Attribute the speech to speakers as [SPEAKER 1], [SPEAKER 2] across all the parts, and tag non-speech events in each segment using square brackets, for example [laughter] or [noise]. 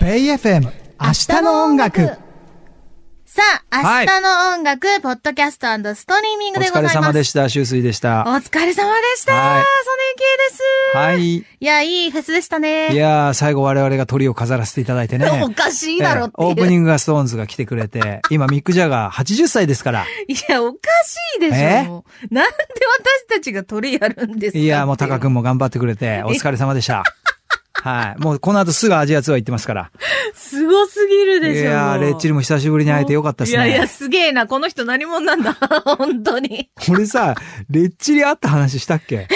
[SPEAKER 1] ベイ FM 明日の音楽
[SPEAKER 2] さあ、
[SPEAKER 3] は
[SPEAKER 2] 明
[SPEAKER 3] い
[SPEAKER 2] 日の音楽、ポッドキャストストリーミン
[SPEAKER 3] お
[SPEAKER 2] グでご
[SPEAKER 3] 疲
[SPEAKER 2] ざ
[SPEAKER 3] れ
[SPEAKER 2] います。
[SPEAKER 3] 様でした。修水でした。
[SPEAKER 2] お疲れ様でした。
[SPEAKER 3] はい
[SPEAKER 2] ソネキエです。
[SPEAKER 3] はい。い
[SPEAKER 2] いや、いいフェスでしたね。
[SPEAKER 3] やー、最後我々が鳥を飾らせていただいてね。
[SPEAKER 2] おかしいだろっていう
[SPEAKER 3] ええオープニングがストーンズが来てくれて、今ミック・ジャガー80歳です
[SPEAKER 2] [laughs]
[SPEAKER 3] から。
[SPEAKER 2] いや、おかしいでし
[SPEAKER 3] え
[SPEAKER 2] ょ。なんで私たちが鳥やるんですか
[SPEAKER 3] いやー、もうタカ君
[SPEAKER 2] も。
[SPEAKER 3] も頑張ってくれ
[SPEAKER 2] [laughs]
[SPEAKER 3] て、お疲れ様でした。はい。もうこの後すぐアジアツアー行ってますから。
[SPEAKER 2] すごすぎる
[SPEAKER 3] い
[SPEAKER 2] でしょ。
[SPEAKER 3] やー、レッチリも久しぶりに会えてよかったですね。
[SPEAKER 2] いやいや、すげえな。この人何者なんだ。 [laughs] 本当に。
[SPEAKER 3] 俺さ、レッチリ会った話したっけ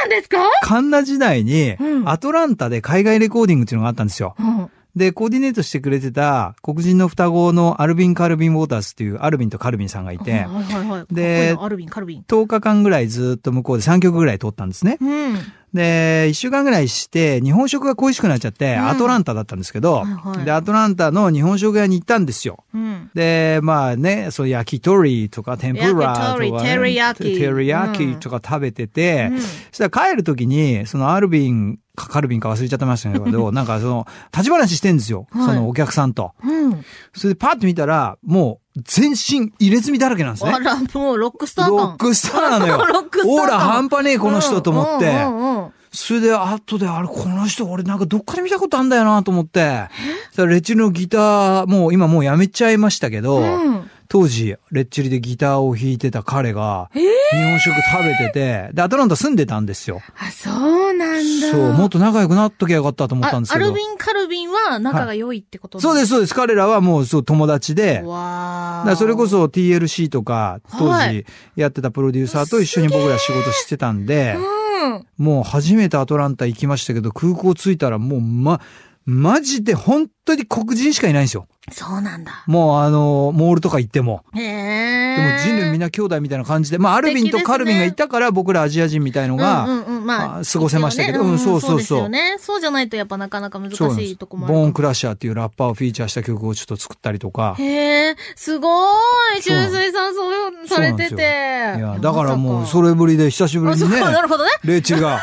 [SPEAKER 2] なんですか
[SPEAKER 3] カンナ時代に
[SPEAKER 2] う、ん
[SPEAKER 3] アトランタで海外レコーディングっていうのがあったんですよ。
[SPEAKER 2] うん。
[SPEAKER 3] で、コーディネートしてくれてた黒人の双子のアルビン・カルビン・ウォータースっていうアルビンとカルビンさんがいて、
[SPEAKER 2] はいはいはい。
[SPEAKER 3] で
[SPEAKER 2] かっこいいなアルビン、カルビン。
[SPEAKER 3] 10日間ぐらいずっと向こうで3曲ぐらい撮ったんですね。
[SPEAKER 2] うん。はい
[SPEAKER 3] で、1週間ぐらいして日本食が恋しくなっちゃって、
[SPEAKER 2] うん
[SPEAKER 3] アトランタだったんですけど、
[SPEAKER 2] はい。
[SPEAKER 3] で、アトランタの日本食屋に行ったんですよ。
[SPEAKER 2] うん。
[SPEAKER 3] で、まあね、そう焼き鳥とか天ぷらとか、ね、
[SPEAKER 2] 焼き鳥照り焼き
[SPEAKER 3] 照り焼きとか食べてて、
[SPEAKER 2] うん
[SPEAKER 3] そしたら帰るときに、そのアルビンかカルビンか忘れちゃってましたけ
[SPEAKER 2] [laughs]
[SPEAKER 3] ど、なんかその、立ち話してんですよ。
[SPEAKER 2] はい
[SPEAKER 3] そのお客さんと。
[SPEAKER 2] うん。
[SPEAKER 3] それでパッと見たら、もう全身入れ墨だらけなんですね
[SPEAKER 2] あ。ら、もうロックスター感。
[SPEAKER 3] ロックスターなのよ。
[SPEAKER 2] [laughs] ロックスター
[SPEAKER 3] オ
[SPEAKER 2] 感
[SPEAKER 3] ーラ半端ねえこの人と思って。
[SPEAKER 2] うんうんうんうん
[SPEAKER 3] それで、後で、あれ、この人、俺なんかどっかで見たことあんだよなと思って。そしたらレッチリのギター、もう今もうやめちゃいましたけど、
[SPEAKER 2] うん
[SPEAKER 3] 当時、レッチリでギターを弾いてた彼が、日本食食べてて、で、アトランタ住んでたんですよ。
[SPEAKER 2] あ、そうなんだ。
[SPEAKER 3] そう、もっと仲良くなっときゃよかったと思ったんですけ
[SPEAKER 2] あア
[SPEAKER 3] ど
[SPEAKER 2] ル。ビン、カルビンは仲が良いってこと。
[SPEAKER 3] そうですす、そうです。彼らはもう、そう、友達で、だ
[SPEAKER 2] わ
[SPEAKER 3] か
[SPEAKER 2] ー
[SPEAKER 3] らそれこ、そ TLC とか、当
[SPEAKER 2] は
[SPEAKER 3] 時
[SPEAKER 2] い
[SPEAKER 3] やってたプロデューサーと一緒に僕ら仕事してたんで、
[SPEAKER 2] うん。
[SPEAKER 3] もう初めてアトランタ行きましたけど、空港着いたらもうま、マジで本当に黒人しかいないんですよ。
[SPEAKER 2] そうなんだ。
[SPEAKER 3] もうあの、モールとか行っても。
[SPEAKER 2] へ
[SPEAKER 3] でも人類みん
[SPEAKER 2] な
[SPEAKER 3] な兄弟みたいな感じで、まあアルビンとカルビンがいたから僕らアジア人みたいのが、
[SPEAKER 2] うんうんうん、まあ、
[SPEAKER 3] あ過ごせましたけど
[SPEAKER 2] 一応ね
[SPEAKER 3] うんそうそうそう
[SPEAKER 2] ですよね。そうじゃないとやっぱなかなか難し
[SPEAKER 3] そうなんで
[SPEAKER 2] い
[SPEAKER 3] す。
[SPEAKER 2] とこもある
[SPEAKER 3] ボーン
[SPEAKER 2] か
[SPEAKER 3] クラッシャーっていうラッパーをフィーチャーした曲をちょっと作ったりとか。
[SPEAKER 2] もへえ、すごい
[SPEAKER 3] そうなん
[SPEAKER 2] 中
[SPEAKER 3] です
[SPEAKER 2] 水さんそういうのされて
[SPEAKER 3] そうなんですよ
[SPEAKER 2] て。
[SPEAKER 3] い
[SPEAKER 2] い
[SPEAKER 3] や、だからもうそ
[SPEAKER 2] れ
[SPEAKER 3] れぶりで久しぶりにね、
[SPEAKER 2] なるほどね。
[SPEAKER 3] レイチルが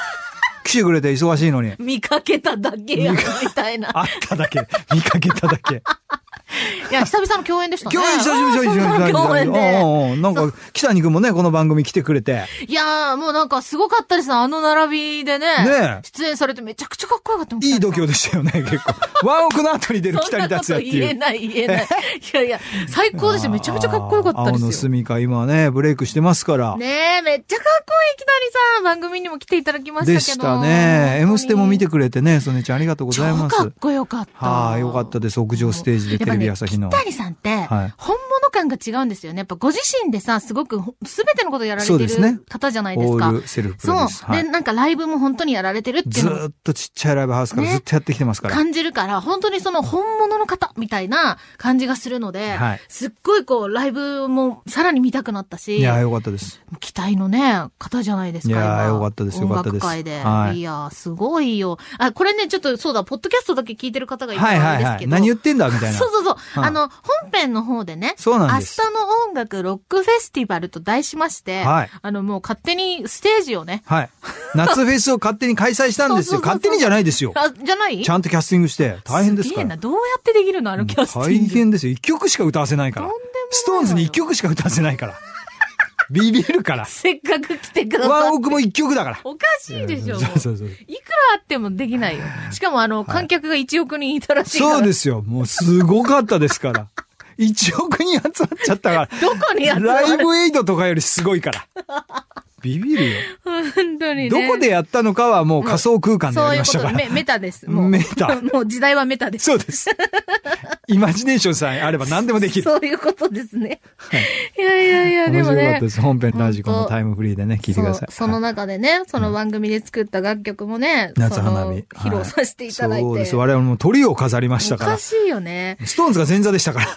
[SPEAKER 3] 来てくれて忙しいのに。
[SPEAKER 2] 見かけただけやん、みたいな。
[SPEAKER 3] 会っただけ、見かけただけ。
[SPEAKER 2] いや、久々の共演でしたね。
[SPEAKER 3] 今日久しぶり久しぶり
[SPEAKER 2] あー久々の共演で。
[SPEAKER 3] うんうんうんなんか、北に君もね、この番組来てくれて。
[SPEAKER 2] いやー、もうなんかすごかったですね。あの並びでね。
[SPEAKER 3] ねえ
[SPEAKER 2] 出演されてめちゃくちゃかっこよかった。
[SPEAKER 3] いい度胸でしたよね、結構。ワンオクの後に出る
[SPEAKER 2] そ
[SPEAKER 3] 北
[SPEAKER 2] ん
[SPEAKER 3] に
[SPEAKER 2] なこ
[SPEAKER 3] 達
[SPEAKER 2] と
[SPEAKER 3] 也って
[SPEAKER 2] 言
[SPEAKER 3] い
[SPEAKER 2] え
[SPEAKER 3] う。
[SPEAKER 2] ない、言えない。いやいや、最高でした。めちゃめちゃかっこよかったで
[SPEAKER 3] 青の
[SPEAKER 2] すよ。
[SPEAKER 3] 住みか、今ね、ブレイクしてますから。
[SPEAKER 2] ねえ、めっちゃかっこいい、北谷さん。番組にも来ていただきましたけど。
[SPEAKER 3] でしたね。M ステも見てくれてね、ソネちゃんありがとうご
[SPEAKER 2] ご
[SPEAKER 3] ざいます。
[SPEAKER 2] 超かっこよかった。
[SPEAKER 3] はい、よかったです。屋上ステージで
[SPEAKER 2] やっ
[SPEAKER 3] テ
[SPEAKER 2] ぱ
[SPEAKER 3] レ
[SPEAKER 2] ね
[SPEAKER 3] ビ朝日の。
[SPEAKER 2] 北谷さんって、
[SPEAKER 3] はい
[SPEAKER 2] 本物感が違うんですよね。やっぱご自身でさ、すごくほ、すべてのことやられて
[SPEAKER 3] そうですね
[SPEAKER 2] る方じゃないです
[SPEAKER 3] オ
[SPEAKER 2] か。
[SPEAKER 3] ールセルフプ
[SPEAKER 2] そ
[SPEAKER 3] ロ
[SPEAKER 2] う
[SPEAKER 3] デュース。は
[SPEAKER 2] で、
[SPEAKER 3] い
[SPEAKER 2] なんかライブも本当にやられてるってい
[SPEAKER 3] ず
[SPEAKER 2] うのを
[SPEAKER 3] ーっとちっちゃいライブハウスから
[SPEAKER 2] ね
[SPEAKER 3] ずっとやってきてますから。
[SPEAKER 2] 感じるから、本当にその本物の方みたいな感じがするので、
[SPEAKER 3] はい
[SPEAKER 2] すっごいこう、ライブもさらに見たくなったし、
[SPEAKER 3] いやー、よかったです。
[SPEAKER 2] 期待のね、方じゃないですか。
[SPEAKER 3] いやー
[SPEAKER 2] 今
[SPEAKER 3] よかったですよかったです
[SPEAKER 2] 音楽界で。
[SPEAKER 3] はい
[SPEAKER 2] い、やー、すごいよ。あ、これね、ちょっとそうだ、ポッドキャストだけ聞いてる方がいるんで
[SPEAKER 3] は
[SPEAKER 2] すけ
[SPEAKER 3] い
[SPEAKER 2] ど。
[SPEAKER 3] はいはい。何言ってんだみたいな
[SPEAKER 2] [laughs] そ。うそうそう。
[SPEAKER 3] はい
[SPEAKER 2] あの、本編の方でね、
[SPEAKER 3] そう
[SPEAKER 2] 明
[SPEAKER 3] なん
[SPEAKER 2] 日
[SPEAKER 3] です。
[SPEAKER 2] の音楽ロックフェスティバルと題しまして、
[SPEAKER 3] はい
[SPEAKER 2] あの、もう勝手にステージをね、 [laughs]
[SPEAKER 3] はい。夏フェスを勝手に開催したんですよ。
[SPEAKER 2] そうそうそうそう
[SPEAKER 3] 勝手にじゃないですよ。
[SPEAKER 2] あ、じゃない
[SPEAKER 3] ちゃんとキャスティングして。大変です
[SPEAKER 2] げ
[SPEAKER 3] か
[SPEAKER 2] えな。
[SPEAKER 3] ら。
[SPEAKER 2] どうやってできるのあのキャスティング。
[SPEAKER 3] 大変ですよ。一曲しか歌わせないから
[SPEAKER 2] とんでもない。
[SPEAKER 3] ストーンズに一曲しか歌わせないから。ビビる
[SPEAKER 2] [laughs]
[SPEAKER 3] から。
[SPEAKER 2] せっかく来てくだ
[SPEAKER 3] ワン
[SPEAKER 2] さっ
[SPEAKER 3] オクも一曲だから。
[SPEAKER 2] おかしいでしょ。
[SPEAKER 3] そうそうそう。
[SPEAKER 2] いくらあってもできな
[SPEAKER 3] [laughs]
[SPEAKER 2] いよ。しかもあの、観客が1億人いたらしいから。
[SPEAKER 3] そうですよ。もうすごかったですから。一億人集まっちゃったか
[SPEAKER 2] どこに集
[SPEAKER 3] ら。
[SPEAKER 2] ま
[SPEAKER 3] ライ
[SPEAKER 2] る
[SPEAKER 3] ブエイドとかよりすごい
[SPEAKER 2] [laughs]
[SPEAKER 3] から。ビビるよ。
[SPEAKER 2] 本当にね。
[SPEAKER 3] どこでやったのかはもう仮想空間でや
[SPEAKER 2] そう
[SPEAKER 3] り
[SPEAKER 2] いう
[SPEAKER 3] ま
[SPEAKER 2] こ
[SPEAKER 3] したか
[SPEAKER 2] と。
[SPEAKER 3] ら。
[SPEAKER 2] メメタです。
[SPEAKER 3] [laughs]
[SPEAKER 2] もう。
[SPEAKER 3] メタ
[SPEAKER 2] [laughs] もう時代はメタです。
[SPEAKER 3] そうです。イマジネーションさえあれば何でもできる。
[SPEAKER 2] そういうことですね。いやいやいや、で
[SPEAKER 3] 面
[SPEAKER 2] も
[SPEAKER 3] 白かった
[SPEAKER 2] ね
[SPEAKER 3] で。す。本編ラジコ
[SPEAKER 2] ほん
[SPEAKER 3] の
[SPEAKER 2] と
[SPEAKER 3] タイムフリーでね、聞いてください。
[SPEAKER 2] そうその
[SPEAKER 3] はい
[SPEAKER 2] 中でね、その番組で作った楽曲もね、
[SPEAKER 3] 夏
[SPEAKER 2] その
[SPEAKER 3] 花火。
[SPEAKER 2] 披露させていただいて。
[SPEAKER 3] はいそうです。我々も鳥を飾りました
[SPEAKER 2] お
[SPEAKER 3] から
[SPEAKER 2] か。しいよね。
[SPEAKER 3] ストーンズが前座でしたから。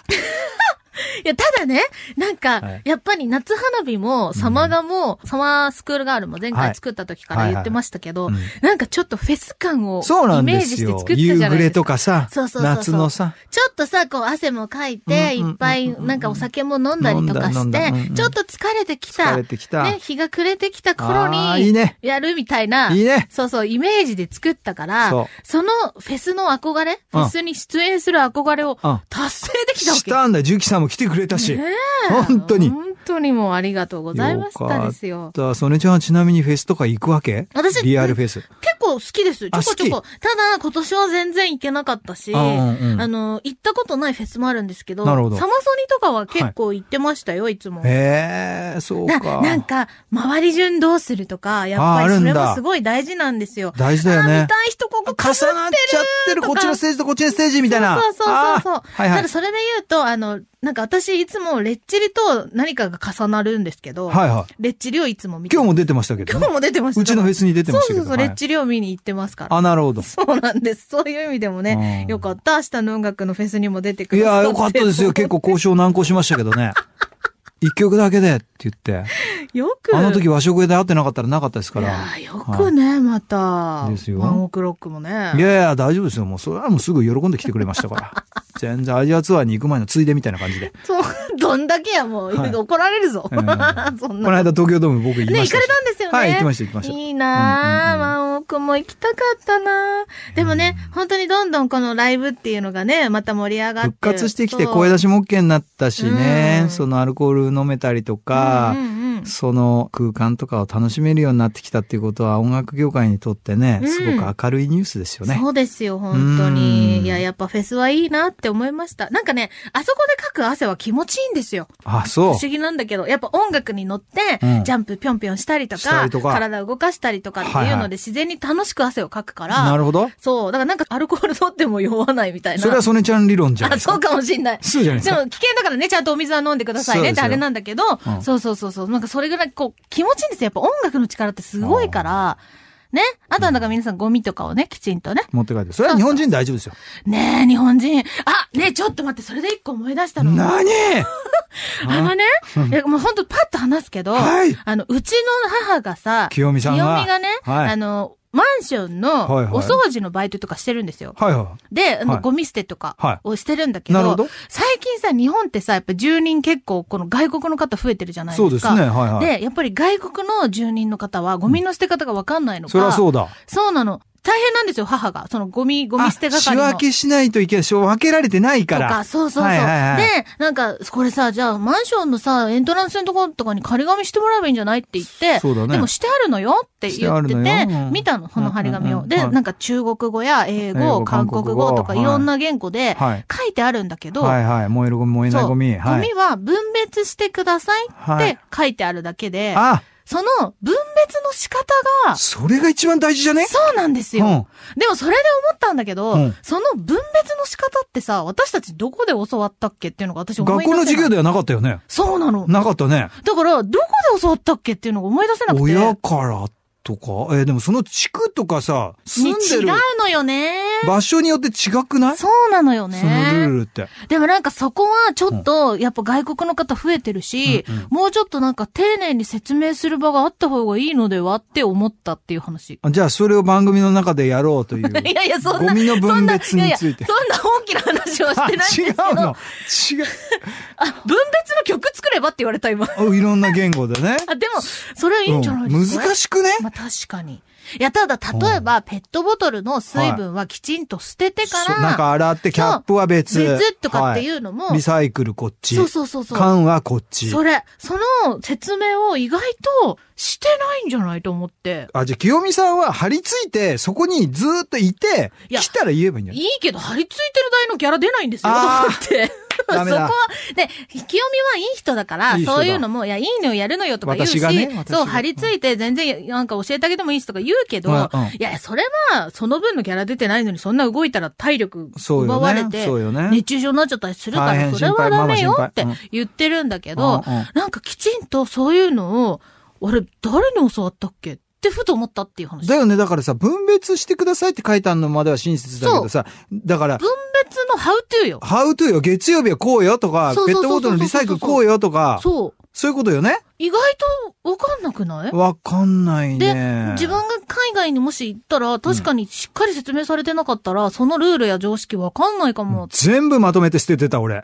[SPEAKER 2] いや、ただね、なんか、
[SPEAKER 3] はい
[SPEAKER 2] やっぱり夏花火も、サマガも、サマースクールガールも前
[SPEAKER 3] はい
[SPEAKER 2] 回作った時から言ってましたけど、
[SPEAKER 3] うん
[SPEAKER 2] なんかちょっとフェス感を
[SPEAKER 3] そうな
[SPEAKER 2] イ
[SPEAKER 3] ん
[SPEAKER 2] メー
[SPEAKER 3] で
[SPEAKER 2] ジ
[SPEAKER 3] す
[SPEAKER 2] して
[SPEAKER 3] よ
[SPEAKER 2] 作っ。たじ
[SPEAKER 3] 夕
[SPEAKER 2] ゃな
[SPEAKER 3] 暮れ
[SPEAKER 2] いですか
[SPEAKER 3] と。かさ
[SPEAKER 2] そうそうそうそ、う
[SPEAKER 3] 夏のさ、
[SPEAKER 2] ちょっとさ、こう汗もかいて、
[SPEAKER 3] うんうんうんうん
[SPEAKER 2] いっぱいなんかお酒も飲んだりとか
[SPEAKER 3] 飲
[SPEAKER 2] し
[SPEAKER 3] んだ飲ん
[SPEAKER 2] て
[SPEAKER 3] だうんうん、
[SPEAKER 2] ちょっと疲れてきた。
[SPEAKER 3] 疲れ
[SPEAKER 2] ね、
[SPEAKER 3] てきた。
[SPEAKER 2] 日が暮れてきた頃
[SPEAKER 3] あーいい
[SPEAKER 2] に、
[SPEAKER 3] ね。
[SPEAKER 2] やるみたいな、
[SPEAKER 3] いいね。
[SPEAKER 2] そうそう、イメージで作ったから、
[SPEAKER 3] そ
[SPEAKER 2] そのフェスの憧れ、フェスに出演する憧れを
[SPEAKER 3] うん
[SPEAKER 2] 達成できたわけ。
[SPEAKER 3] したんだよ。ジュキさんも来てくれたし。
[SPEAKER 2] ね
[SPEAKER 3] 本当に。
[SPEAKER 2] 本当にもうありがとうございましたですよ。
[SPEAKER 3] だから、ソネちゃんはちなみにフェスとか行くわけ
[SPEAKER 2] 私
[SPEAKER 3] リアルフェス。
[SPEAKER 2] 結構好きです。ち
[SPEAKER 3] あ
[SPEAKER 2] ょこちょ
[SPEAKER 3] 好
[SPEAKER 2] こ。ただ、今年は全然行けなかったし、あ
[SPEAKER 3] あうんうん
[SPEAKER 2] の、行ったことないフェスもあるんですけど、
[SPEAKER 3] なるほど
[SPEAKER 2] サマソニとかは結構行ってましたよ、い、つも。
[SPEAKER 3] へえ、そう
[SPEAKER 2] な、
[SPEAKER 3] か。
[SPEAKER 2] なんか、周り順どうするとか、やっ
[SPEAKER 3] ああ
[SPEAKER 2] ぱ
[SPEAKER 3] る
[SPEAKER 2] り
[SPEAKER 3] ん
[SPEAKER 2] そ
[SPEAKER 3] だ
[SPEAKER 2] れもすごい大事なんですよ。
[SPEAKER 3] 大事だよ
[SPEAKER 2] あ
[SPEAKER 3] ね
[SPEAKER 2] 見。たい人ここ
[SPEAKER 3] 重なっちゃってる、こっちのステージとこっちのステージみたいな。
[SPEAKER 2] そうそうそうそう。
[SPEAKER 3] あーはいは
[SPEAKER 2] た
[SPEAKER 3] い
[SPEAKER 2] だ。それで言うと、あの、なんか私いつもレッチリと何かが重なるんですけど、
[SPEAKER 3] はいはい。
[SPEAKER 2] レッチリをいつも見て
[SPEAKER 3] 今日も出てましたけど
[SPEAKER 2] 今
[SPEAKER 3] ね
[SPEAKER 2] 日。も出てました。
[SPEAKER 3] うちのフェスに出てましたけ
[SPEAKER 2] そう
[SPEAKER 3] ど。
[SPEAKER 2] そうそう、
[SPEAKER 3] はい
[SPEAKER 2] レッチリを見に行ってますから。
[SPEAKER 3] あ、なるほど。
[SPEAKER 2] そうなんです。そういう意味でもね
[SPEAKER 3] う、ん
[SPEAKER 2] よかった。明日の音楽のフェスにも出てく
[SPEAKER 3] い
[SPEAKER 2] る。
[SPEAKER 3] や、よかったですよ。結構交渉難航しましたけどね。一曲だけでって言って。
[SPEAKER 2] [laughs] よく。
[SPEAKER 3] あの時和食屋で会ってなかったらなかったですか
[SPEAKER 2] い
[SPEAKER 3] ら。
[SPEAKER 2] や、よくね、また。
[SPEAKER 3] ですよ
[SPEAKER 2] ワンオクロックもね。
[SPEAKER 3] いやいや、大丈夫ですよ。もう、それはもうすぐ喜んで来てくれましたから。全然アジアツアーに行く前のついでみたいな感じで。
[SPEAKER 2] そう、どんだけや、もう。
[SPEAKER 3] はい
[SPEAKER 2] 怒られるぞ。
[SPEAKER 3] ええ
[SPEAKER 2] [laughs] そん
[SPEAKER 3] この
[SPEAKER 2] な。
[SPEAKER 3] 間東京ドーム僕行き
[SPEAKER 2] ね、
[SPEAKER 3] ま
[SPEAKER 2] 行
[SPEAKER 3] したし。
[SPEAKER 2] かれたんですよね。
[SPEAKER 3] はい、行きました、行きました。
[SPEAKER 2] いいなぁ、
[SPEAKER 3] うんうん
[SPEAKER 2] ワンオクも行きたかったなぁ。でもね、本当にどんどんこのライブっていうのがね、また盛り上がって。
[SPEAKER 3] 復活してきて
[SPEAKER 2] そう
[SPEAKER 3] 声出しも OK になったしね
[SPEAKER 2] う、ん
[SPEAKER 3] そのアルコール飲めたりとか
[SPEAKER 2] うん、うんうん
[SPEAKER 3] その空間とかを楽しめるようになってきたっていうことは音楽業界にとってね、
[SPEAKER 2] うん
[SPEAKER 3] すごく明るいニュースですよね。
[SPEAKER 2] そうですよ、本当に。
[SPEAKER 3] うん
[SPEAKER 2] いや、やっぱフェスはいいなって思いました。なんかね、あそこでかく汗は気持ちいいんですよ。
[SPEAKER 3] あ、
[SPEAKER 2] 不
[SPEAKER 3] そう
[SPEAKER 2] 思。議なんだけど、やっぱ音楽に乗って、
[SPEAKER 3] うん
[SPEAKER 2] ジャンプぴょんぴょんしたりと
[SPEAKER 3] した
[SPEAKER 2] か、
[SPEAKER 3] りとか
[SPEAKER 2] 体を動かしたりとかって
[SPEAKER 3] はい
[SPEAKER 2] いう
[SPEAKER 3] は
[SPEAKER 2] の
[SPEAKER 3] い
[SPEAKER 2] で自然に楽しく汗をかくから、
[SPEAKER 3] なるほど。
[SPEAKER 2] そう、だからなんかアルコール取っても酔わないみたいな。
[SPEAKER 3] それはソネちゃん理論じゃない
[SPEAKER 2] あ、
[SPEAKER 3] ですか。
[SPEAKER 2] そうかもしんない。
[SPEAKER 3] そうじ [laughs] ゃないです
[SPEAKER 2] で
[SPEAKER 3] か。
[SPEAKER 2] も危険だからね、ちゃんとお水は飲んでください
[SPEAKER 3] そうで
[SPEAKER 2] ね
[SPEAKER 3] す
[SPEAKER 2] って
[SPEAKER 3] よ
[SPEAKER 2] あれなんだけど、
[SPEAKER 3] うん
[SPEAKER 2] そうそうそうそう、なんかそれぐらいこう気持ちいいんですよ。やっぱ音楽の力ってすごいから、ね。あとはなんか皆さんゴミとかをね、きちんとね。
[SPEAKER 3] 持って帰って。それは日本人大丈夫ですよ。
[SPEAKER 2] ねえ、日本人。あ、ねえ、ちょっと待って、それで一個思い出したの。
[SPEAKER 3] 何
[SPEAKER 2] あのね、いやもうほんとパッと話すけど、
[SPEAKER 3] はい
[SPEAKER 2] あの、うちの母がさ、
[SPEAKER 3] 清美さんが
[SPEAKER 2] 清美がね、
[SPEAKER 3] はい
[SPEAKER 2] あの、マンションの
[SPEAKER 3] はいはい
[SPEAKER 2] お掃除のバイトとかしてるんですよ。
[SPEAKER 3] はいは
[SPEAKER 2] で、あの、
[SPEAKER 3] はい
[SPEAKER 2] ゴミ捨てと
[SPEAKER 3] は
[SPEAKER 2] か
[SPEAKER 3] い
[SPEAKER 2] をしてるんだけど、
[SPEAKER 3] なるほど
[SPEAKER 2] 最近さ、日本ってさ、やっぱ住人結構、この外国の方増えてるじゃない
[SPEAKER 3] い。
[SPEAKER 2] ですか。
[SPEAKER 3] そうですね。はいはい。
[SPEAKER 2] で、やっぱり外国の住人の方は、ゴミの捨て方がわかんないのか、
[SPEAKER 3] そりゃそうだ。
[SPEAKER 2] そうなの。大変なんですよ、母が。そのゴミ、ゴミ捨て
[SPEAKER 3] あ仕
[SPEAKER 2] 係の。
[SPEAKER 3] 分けしないといけない。仕分けられてないか
[SPEAKER 2] と
[SPEAKER 3] ら。
[SPEAKER 2] か、そうそうそう。
[SPEAKER 3] はいはいはい
[SPEAKER 2] で、なんか、これさ、じゃあ、マンションのさ、エントランスのとことかに仮紙してもらえばいいんじゃないって言って、
[SPEAKER 3] そうだね
[SPEAKER 2] でもしてあるのよって
[SPEAKER 3] して
[SPEAKER 2] 言
[SPEAKER 3] あ
[SPEAKER 2] っ
[SPEAKER 3] る
[SPEAKER 2] て
[SPEAKER 3] の
[SPEAKER 2] て、
[SPEAKER 3] ようん
[SPEAKER 2] 見たの、この張り紙を。
[SPEAKER 3] うんうんうん
[SPEAKER 2] で、
[SPEAKER 3] はい
[SPEAKER 2] なんか中国語や英語、
[SPEAKER 3] 英語
[SPEAKER 2] 韓国語と
[SPEAKER 3] 韓
[SPEAKER 2] か、
[SPEAKER 3] 国語
[SPEAKER 2] いろんな言語で
[SPEAKER 3] はい
[SPEAKER 2] 書いてあるんだけど、
[SPEAKER 3] はいはい。燃えるゴミ、燃え
[SPEAKER 2] そ
[SPEAKER 3] な
[SPEAKER 2] う
[SPEAKER 3] いゴミ。
[SPEAKER 2] ゴ
[SPEAKER 3] はい。
[SPEAKER 2] ミは分別してくださいっ
[SPEAKER 3] はい
[SPEAKER 2] て書いてあるだけで、
[SPEAKER 3] あ、
[SPEAKER 2] その分別の仕方が、
[SPEAKER 3] それが一番大事じゃね
[SPEAKER 2] そうなんですよ。
[SPEAKER 3] うん
[SPEAKER 2] でもそれで思ったんだけど、
[SPEAKER 3] うん
[SPEAKER 2] その分別の仕方ってさ、私たちどこで教わったっけっていうのが私思い
[SPEAKER 3] 学
[SPEAKER 2] 出せ
[SPEAKER 3] 校
[SPEAKER 2] ない。
[SPEAKER 3] の授業ではなかったよね。
[SPEAKER 2] そうなの。
[SPEAKER 3] なかったね。
[SPEAKER 2] だから、どこで教わったっけっていうのが思い出せなくて。
[SPEAKER 3] 親からとか、えーでもその地区とかさ、
[SPEAKER 2] に
[SPEAKER 3] 住んで
[SPEAKER 2] 違
[SPEAKER 3] る
[SPEAKER 2] うのよね。
[SPEAKER 3] 場所によって違くない
[SPEAKER 2] そうなのよ
[SPEAKER 3] その
[SPEAKER 2] ね。
[SPEAKER 3] ルールって。
[SPEAKER 2] でもなんかそこはちょっと、やっぱ外国の方増えてるし、
[SPEAKER 3] うんうん
[SPEAKER 2] もうちょっとなんか丁寧に説明する場があった方がいいのではって思ったっていう話。
[SPEAKER 3] あじゃあそれを番組の中でやろうと
[SPEAKER 2] [laughs]
[SPEAKER 3] いう。
[SPEAKER 2] いやいや、そんな。
[SPEAKER 3] ゴミの分別について
[SPEAKER 2] そんな、いやいやそんな大きな話はしてないんですけど。
[SPEAKER 3] あ違うの。違う。
[SPEAKER 2] あ、分別の曲作ればって言われた今。
[SPEAKER 3] あいろんな言語でね。
[SPEAKER 2] あ、でも、それいいんじゃないですか、
[SPEAKER 3] うん難しくね
[SPEAKER 2] まあ確かに。いや、ただ、例えば、ペットボトルの水分はきちんと捨ててから、
[SPEAKER 3] そうなんか洗ってキャップは別。
[SPEAKER 2] そう別とかっていううのも、
[SPEAKER 3] リサイクルこっち。
[SPEAKER 2] そうそうそうそう。
[SPEAKER 3] 缶はこっち。
[SPEAKER 2] それ、その説明を意外としてないんじゃないと思って。
[SPEAKER 3] あ、じゃあ清美さんは張り付いて、そこにずーっといて、
[SPEAKER 2] いや
[SPEAKER 3] 来たら言えばいいんじゃない
[SPEAKER 2] いいけど、張り付いてる台のギャラ出ないんですよ、と
[SPEAKER 3] あー
[SPEAKER 2] 思って。 [laughs] そこ
[SPEAKER 3] ダ
[SPEAKER 2] は
[SPEAKER 3] メだ、
[SPEAKER 2] で、清美はいい人だから、
[SPEAKER 3] いい人だ
[SPEAKER 2] そういうのも、いや、いいのよやるのよとか言うし、
[SPEAKER 3] 私がね私が
[SPEAKER 2] そう、張り付いて全然、なんか教えてあげてもいいしとか言うけど、
[SPEAKER 3] うんうん
[SPEAKER 2] いや、それは、その分のギャラ出てないのに、そんな動いたら体力
[SPEAKER 3] そうよね
[SPEAKER 2] 奪われて、
[SPEAKER 3] そうよね
[SPEAKER 2] 熱中症になっちゃったりするか
[SPEAKER 3] 大
[SPEAKER 2] ら、
[SPEAKER 3] 変
[SPEAKER 2] それ
[SPEAKER 3] 心
[SPEAKER 2] は
[SPEAKER 3] 配
[SPEAKER 2] ダメ
[SPEAKER 3] マ
[SPEAKER 2] よ
[SPEAKER 3] マ心配
[SPEAKER 2] って
[SPEAKER 3] うん
[SPEAKER 2] 言ってるんだけど、
[SPEAKER 3] うんうん
[SPEAKER 2] なんかきちんとそういうのを、あれ、誰に教わったっけっってふと思ったっていう話。
[SPEAKER 3] だよね。だからさ、分別してくださいって書いてあるのまでは親切だけどさ、だから、
[SPEAKER 2] 分別のハウトゥーよ。
[SPEAKER 3] ハウトゥーよ、月曜日はこうよとか
[SPEAKER 2] そ、う
[SPEAKER 3] ペ
[SPEAKER 2] そ
[SPEAKER 3] ッ
[SPEAKER 2] う
[SPEAKER 3] ト
[SPEAKER 2] そ
[SPEAKER 3] ボ
[SPEAKER 2] う
[SPEAKER 3] ト
[SPEAKER 2] そ
[SPEAKER 3] ル
[SPEAKER 2] うそうそう
[SPEAKER 3] のリサイクルこうよとか、
[SPEAKER 2] そう。
[SPEAKER 3] そういうことよね。
[SPEAKER 2] 意外とわかんなくない
[SPEAKER 3] わかんない
[SPEAKER 2] で
[SPEAKER 3] ね。
[SPEAKER 2] 自分が海外にもし行ったら、確かにしっかり説明されてなかったら、そのルールや常識わかんないかも。
[SPEAKER 3] 全部まとめて捨ててた、
[SPEAKER 2] [laughs]
[SPEAKER 3] 俺。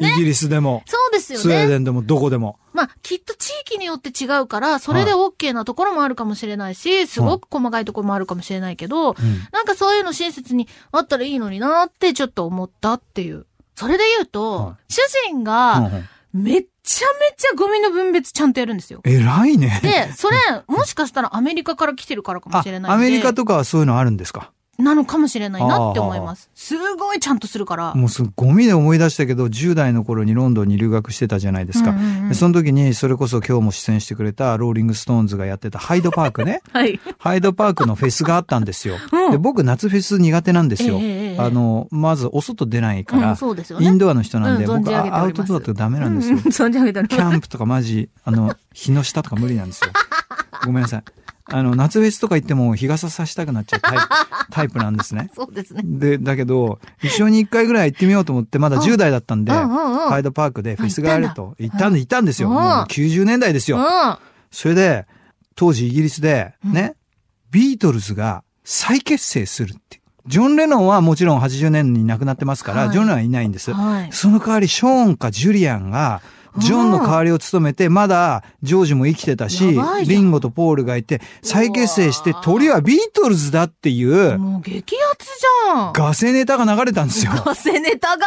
[SPEAKER 3] イギリスでも、
[SPEAKER 2] そうですよ
[SPEAKER 3] スウェー
[SPEAKER 2] ね。
[SPEAKER 3] デンでも、どこでも。
[SPEAKER 2] まあ、きっと地域によって違うから、それで OK なところもあるかもしれないし、すごく細かいところもあるかもしれないけど、
[SPEAKER 3] うん
[SPEAKER 2] なんかそういうの親切にあったらいいのになってちょっと思ったっていう。それで言うと、
[SPEAKER 3] は
[SPEAKER 2] 主人がめっちゃめちゃゴミの分別ちゃんとやるんです
[SPEAKER 3] [laughs]
[SPEAKER 2] よ。
[SPEAKER 3] 偉いね。
[SPEAKER 2] で、それ、もしかしたらアメリカから来てるからかも
[SPEAKER 3] あ
[SPEAKER 2] しれないん、で。
[SPEAKER 3] アメリカとかはそういうのあるんですか
[SPEAKER 2] なのかもしれないなって思います。すごいちゃんとするから。
[SPEAKER 3] もうすぐゴミで思い出したけど、10代の頃にロンドンに留学してたじゃないですか。
[SPEAKER 2] うんうんうん
[SPEAKER 3] でその時に、それこそ今日も出演してくれたローリングストーンズがやってたハイドパーク
[SPEAKER 2] [laughs]
[SPEAKER 3] ね。
[SPEAKER 2] はい。
[SPEAKER 3] ハイドパークのフェスがあったんですよ。
[SPEAKER 2] うん
[SPEAKER 3] で僕、夏フェス苦手なんですよ。
[SPEAKER 2] ええええ
[SPEAKER 3] あの、まず、お外出ないか
[SPEAKER 2] う
[SPEAKER 3] ら、
[SPEAKER 2] ん、そうですよね。
[SPEAKER 3] インドアの人なんで、
[SPEAKER 2] うん存
[SPEAKER 3] 僕
[SPEAKER 2] じ上げております
[SPEAKER 3] アウトドアとかダメなんですよ。
[SPEAKER 2] うんうん存じ上げており
[SPEAKER 3] [laughs] キ
[SPEAKER 2] ま
[SPEAKER 3] ャ
[SPEAKER 2] す。
[SPEAKER 3] ンプとかマジ、あの、日の下とか無理なんですよ。ごめんなさい。あの、夏フェスとか行っても日傘さしたくなっちゃうタイプ、タイプなんですね。
[SPEAKER 2] そうですね。
[SPEAKER 3] で、だけど、一緒に一回ぐらい行ってみようと思って、まだ
[SPEAKER 2] うん
[SPEAKER 3] 10代だったんで、
[SPEAKER 2] うんうんうん
[SPEAKER 3] ハイドパークでフェスがあると、行ったんで、行ったんですよ。
[SPEAKER 2] うん
[SPEAKER 3] もう90年代です
[SPEAKER 2] うん。
[SPEAKER 3] よ。
[SPEAKER 2] あ
[SPEAKER 3] それで、当時イギリスで、ね、ビートルズが再結成するって。ジョン・レノンはもちろん80年に亡くなってますから、
[SPEAKER 2] はい
[SPEAKER 3] ジョン・レノンはいないんです。
[SPEAKER 2] はい
[SPEAKER 3] その代わり、ショーンかジュリアンが、ジョンの代わりを務めて、まだ、ジョージも生きてたし
[SPEAKER 2] やば、いじゃん
[SPEAKER 3] リンゴとポールがいて、再結成して
[SPEAKER 2] う、わー
[SPEAKER 3] 鳥はビートルズだっていう、
[SPEAKER 2] もう激アツじゃん。
[SPEAKER 3] ガセネタが流れたんですよ。
[SPEAKER 2] ガセネタが。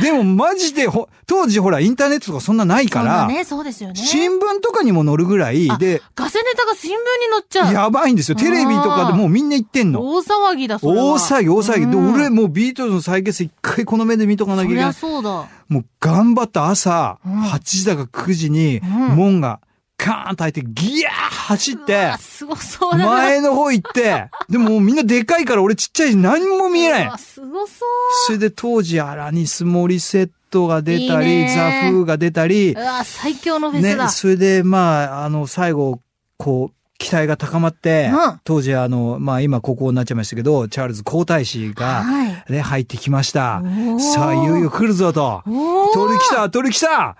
[SPEAKER 3] でもマジでほ、当時ほらインターネットとかそんなないか
[SPEAKER 2] そうだ
[SPEAKER 3] ら、
[SPEAKER 2] ね、そうですよね。
[SPEAKER 3] 新聞とかにも載るぐらい
[SPEAKER 2] あ
[SPEAKER 3] で、
[SPEAKER 2] ガセネタが新聞に載っちゃう。
[SPEAKER 3] やばいんですよ。テレビとかでもうみんな言ってんの。
[SPEAKER 2] 大騒ぎだ、それは
[SPEAKER 3] 大騒ぎ、大騒ぎ。で、
[SPEAKER 2] うん
[SPEAKER 3] 俺もうビートルズの再結成一回この目で見とかなきゃい
[SPEAKER 2] そ
[SPEAKER 3] け
[SPEAKER 2] り
[SPEAKER 3] な
[SPEAKER 2] ゃ
[SPEAKER 3] い。
[SPEAKER 2] そうだ。
[SPEAKER 3] もう頑張った朝、
[SPEAKER 2] うん
[SPEAKER 3] 8時だか9時に、
[SPEAKER 2] ん
[SPEAKER 3] 門がカーンと開いて、ギヤー走っ
[SPEAKER 2] う
[SPEAKER 3] て
[SPEAKER 2] わ、すごそうだな。
[SPEAKER 3] 前の方行
[SPEAKER 2] [laughs]
[SPEAKER 3] って、でももうみんなでかいから俺ちっちゃいし何も見えな
[SPEAKER 2] う
[SPEAKER 3] い
[SPEAKER 2] わ。すごそう。
[SPEAKER 3] それで当時アラニス・モリセットが出た
[SPEAKER 2] いい
[SPEAKER 3] り、
[SPEAKER 2] ね
[SPEAKER 3] ザ・フーが出たり
[SPEAKER 2] う、わ、最強のフェス
[SPEAKER 3] ね、
[SPEAKER 2] だ。
[SPEAKER 3] それで、まあ、あの、最後、こう、期待が高まって、
[SPEAKER 2] うん
[SPEAKER 3] 当時、あの、まあ、今、ここになっちゃいましたけど、チャールズ皇太子が、
[SPEAKER 2] はい。
[SPEAKER 3] ね、入ってきました
[SPEAKER 2] お。ー
[SPEAKER 3] さあ、いよいよ来るぞと。
[SPEAKER 2] おー
[SPEAKER 3] 鳥来た鳥来た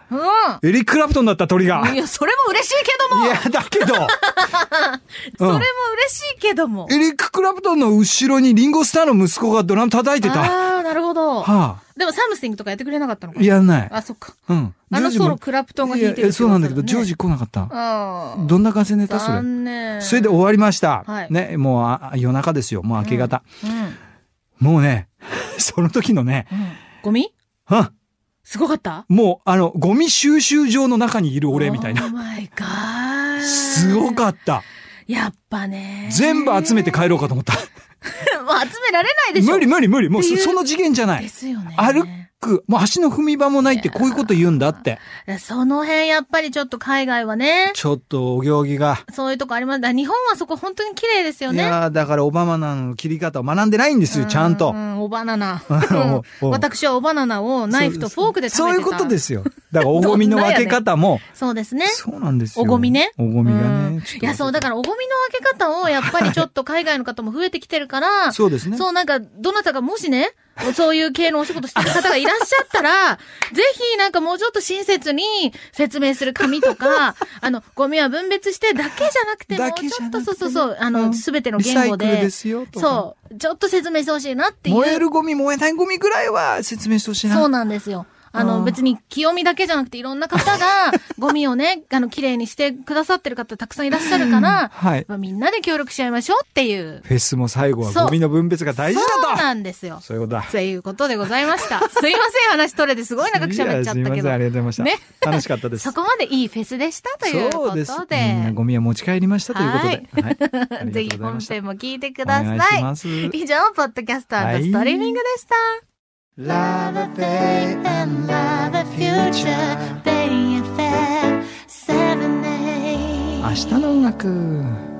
[SPEAKER 2] う
[SPEAKER 3] エリック・クラプトンだった鳥が。
[SPEAKER 2] ん。い
[SPEAKER 3] い
[SPEAKER 2] や、それも嬉しいけども、
[SPEAKER 3] や、だけ
[SPEAKER 2] [laughs]
[SPEAKER 3] ど、
[SPEAKER 2] そ
[SPEAKER 3] う
[SPEAKER 2] れも
[SPEAKER 3] ん
[SPEAKER 2] 嬉しいけども。
[SPEAKER 3] エリック・クラプトンの後ろにリンゴスターの息子がドラム叩いてた。は
[SPEAKER 2] ああ、なるほど。
[SPEAKER 3] あ、
[SPEAKER 2] でも、サムスティングとかやってくれなかったのかな
[SPEAKER 3] やんない。
[SPEAKER 2] あ、そっか。
[SPEAKER 3] うん。
[SPEAKER 2] あの
[SPEAKER 3] ジョージも
[SPEAKER 2] ソロクラプトンが弾いてるって
[SPEAKER 3] やそうなんだけど、
[SPEAKER 2] こと
[SPEAKER 3] ジ
[SPEAKER 2] だ
[SPEAKER 3] ョー
[SPEAKER 2] よね
[SPEAKER 3] ジ来なかった。
[SPEAKER 2] ああ。
[SPEAKER 3] どんな感じネタそれ。
[SPEAKER 2] 残念。
[SPEAKER 3] それで終わりました。
[SPEAKER 2] はい
[SPEAKER 3] ね、もうあ夜中ですよ。もう明け方。
[SPEAKER 2] うん。うん。
[SPEAKER 3] もうね、 [laughs] その時のね、
[SPEAKER 2] ゴミ
[SPEAKER 3] うん
[SPEAKER 2] すごかった
[SPEAKER 3] もうあの、ゴミ収集場の中にいる俺みたい
[SPEAKER 2] オ
[SPEAKER 3] な。
[SPEAKER 2] ーマイガー。
[SPEAKER 3] すごか
[SPEAKER 2] っ
[SPEAKER 3] った。
[SPEAKER 2] た。やっぱね。
[SPEAKER 3] 全部集めて帰ろうかと思った。
[SPEAKER 2] [laughs] もう集められないでしょ。
[SPEAKER 3] 無理無理無理。もう
[SPEAKER 2] っていう
[SPEAKER 3] その次元じゃな
[SPEAKER 2] で
[SPEAKER 3] い。
[SPEAKER 2] すよね。
[SPEAKER 3] 歩く、もう足の踏み場もないってこういうこと言うんだって。
[SPEAKER 2] その辺やっぱりちょっと海外はね、
[SPEAKER 3] ちょっとお行儀が。
[SPEAKER 2] そういうとこあります。だから日本はそこ本当に綺麗ですよ
[SPEAKER 3] い
[SPEAKER 2] ね。
[SPEAKER 3] やーだからオバマの切り方を学んでないんですよ、ちゃんと
[SPEAKER 2] う。ん、おバナナ。
[SPEAKER 3] おう
[SPEAKER 2] う
[SPEAKER 3] [laughs] おうん
[SPEAKER 2] 私はおバナナをナイフとフォークで食べてた。
[SPEAKER 3] そういうことですよ。だからおゴミの分け方
[SPEAKER 2] [laughs]
[SPEAKER 3] も。
[SPEAKER 2] そうですね。
[SPEAKER 3] そうなんですよ。
[SPEAKER 2] おゴミね
[SPEAKER 3] おゴミが
[SPEAKER 2] うん
[SPEAKER 3] ね。ちょっ
[SPEAKER 2] い
[SPEAKER 3] と
[SPEAKER 2] や、そう、だからおゴミの分け方をやっぱりちょっと海外の方も増えてきてるから、
[SPEAKER 3] [laughs] そうですね。
[SPEAKER 2] そうなんか、どなたかもしね、そういう系のお仕事してる方がいらっしゃっ
[SPEAKER 3] [laughs]
[SPEAKER 2] たら、ぜひなんかもうちょっと親切に説明する紙と
[SPEAKER 3] [laughs]
[SPEAKER 2] か、あの、ゴミは分別してだけじゃなくて、も
[SPEAKER 3] だ
[SPEAKER 2] う
[SPEAKER 3] けじ
[SPEAKER 2] ち
[SPEAKER 3] ゃ
[SPEAKER 2] ょ
[SPEAKER 3] な
[SPEAKER 2] っ
[SPEAKER 3] くてね
[SPEAKER 2] とそうそうそう、あ
[SPEAKER 3] う
[SPEAKER 2] の、
[SPEAKER 3] ん
[SPEAKER 2] すべての言語
[SPEAKER 3] リサイクル
[SPEAKER 2] で
[SPEAKER 3] で、すよとか
[SPEAKER 2] そう、ちょっと説明してほしいなっていう。
[SPEAKER 3] 燃えるゴミ、燃えないゴミぐらいは説明してほしいな。
[SPEAKER 2] そうなんですよ。あの、
[SPEAKER 3] うん
[SPEAKER 2] 別に清見だけじゃなくていろんな
[SPEAKER 3] [laughs]
[SPEAKER 2] 方が、ゴミをね、あの、綺麗にしてくださってる方たくさんいらっしゃるから、
[SPEAKER 3] はい。
[SPEAKER 2] まあみんなで協力し合いましょうっていう。
[SPEAKER 3] フェスも最後は
[SPEAKER 2] そう
[SPEAKER 3] ゴミの分別が大事
[SPEAKER 2] そう
[SPEAKER 3] だ
[SPEAKER 2] なんですよ
[SPEAKER 3] と。そういうことだ。
[SPEAKER 2] ということでござい
[SPEAKER 3] [laughs]
[SPEAKER 2] ました。すいません、話取れてすごい長く喋っちゃっ
[SPEAKER 3] いやすみ
[SPEAKER 2] た
[SPEAKER 3] ませ
[SPEAKER 2] け
[SPEAKER 3] ん、あり
[SPEAKER 2] ど。
[SPEAKER 3] がとうございま
[SPEAKER 2] ね
[SPEAKER 3] した。楽しかったです
[SPEAKER 2] そ。こまでいいフェスでしたということで。
[SPEAKER 3] そうです。みんなゴミは持ち帰りましたということで。はい。ありがと
[SPEAKER 2] ぜ
[SPEAKER 3] うご
[SPEAKER 2] ひ
[SPEAKER 3] ざいま
[SPEAKER 2] 本
[SPEAKER 3] した
[SPEAKER 2] 編も聞いてくだ
[SPEAKER 3] お願いし
[SPEAKER 2] さ
[SPEAKER 3] ま
[SPEAKER 2] い。
[SPEAKER 3] す
[SPEAKER 2] 以上、ポッドキャスターのストリーミングでした。
[SPEAKER 3] Love a day and love a future. 明日の音楽。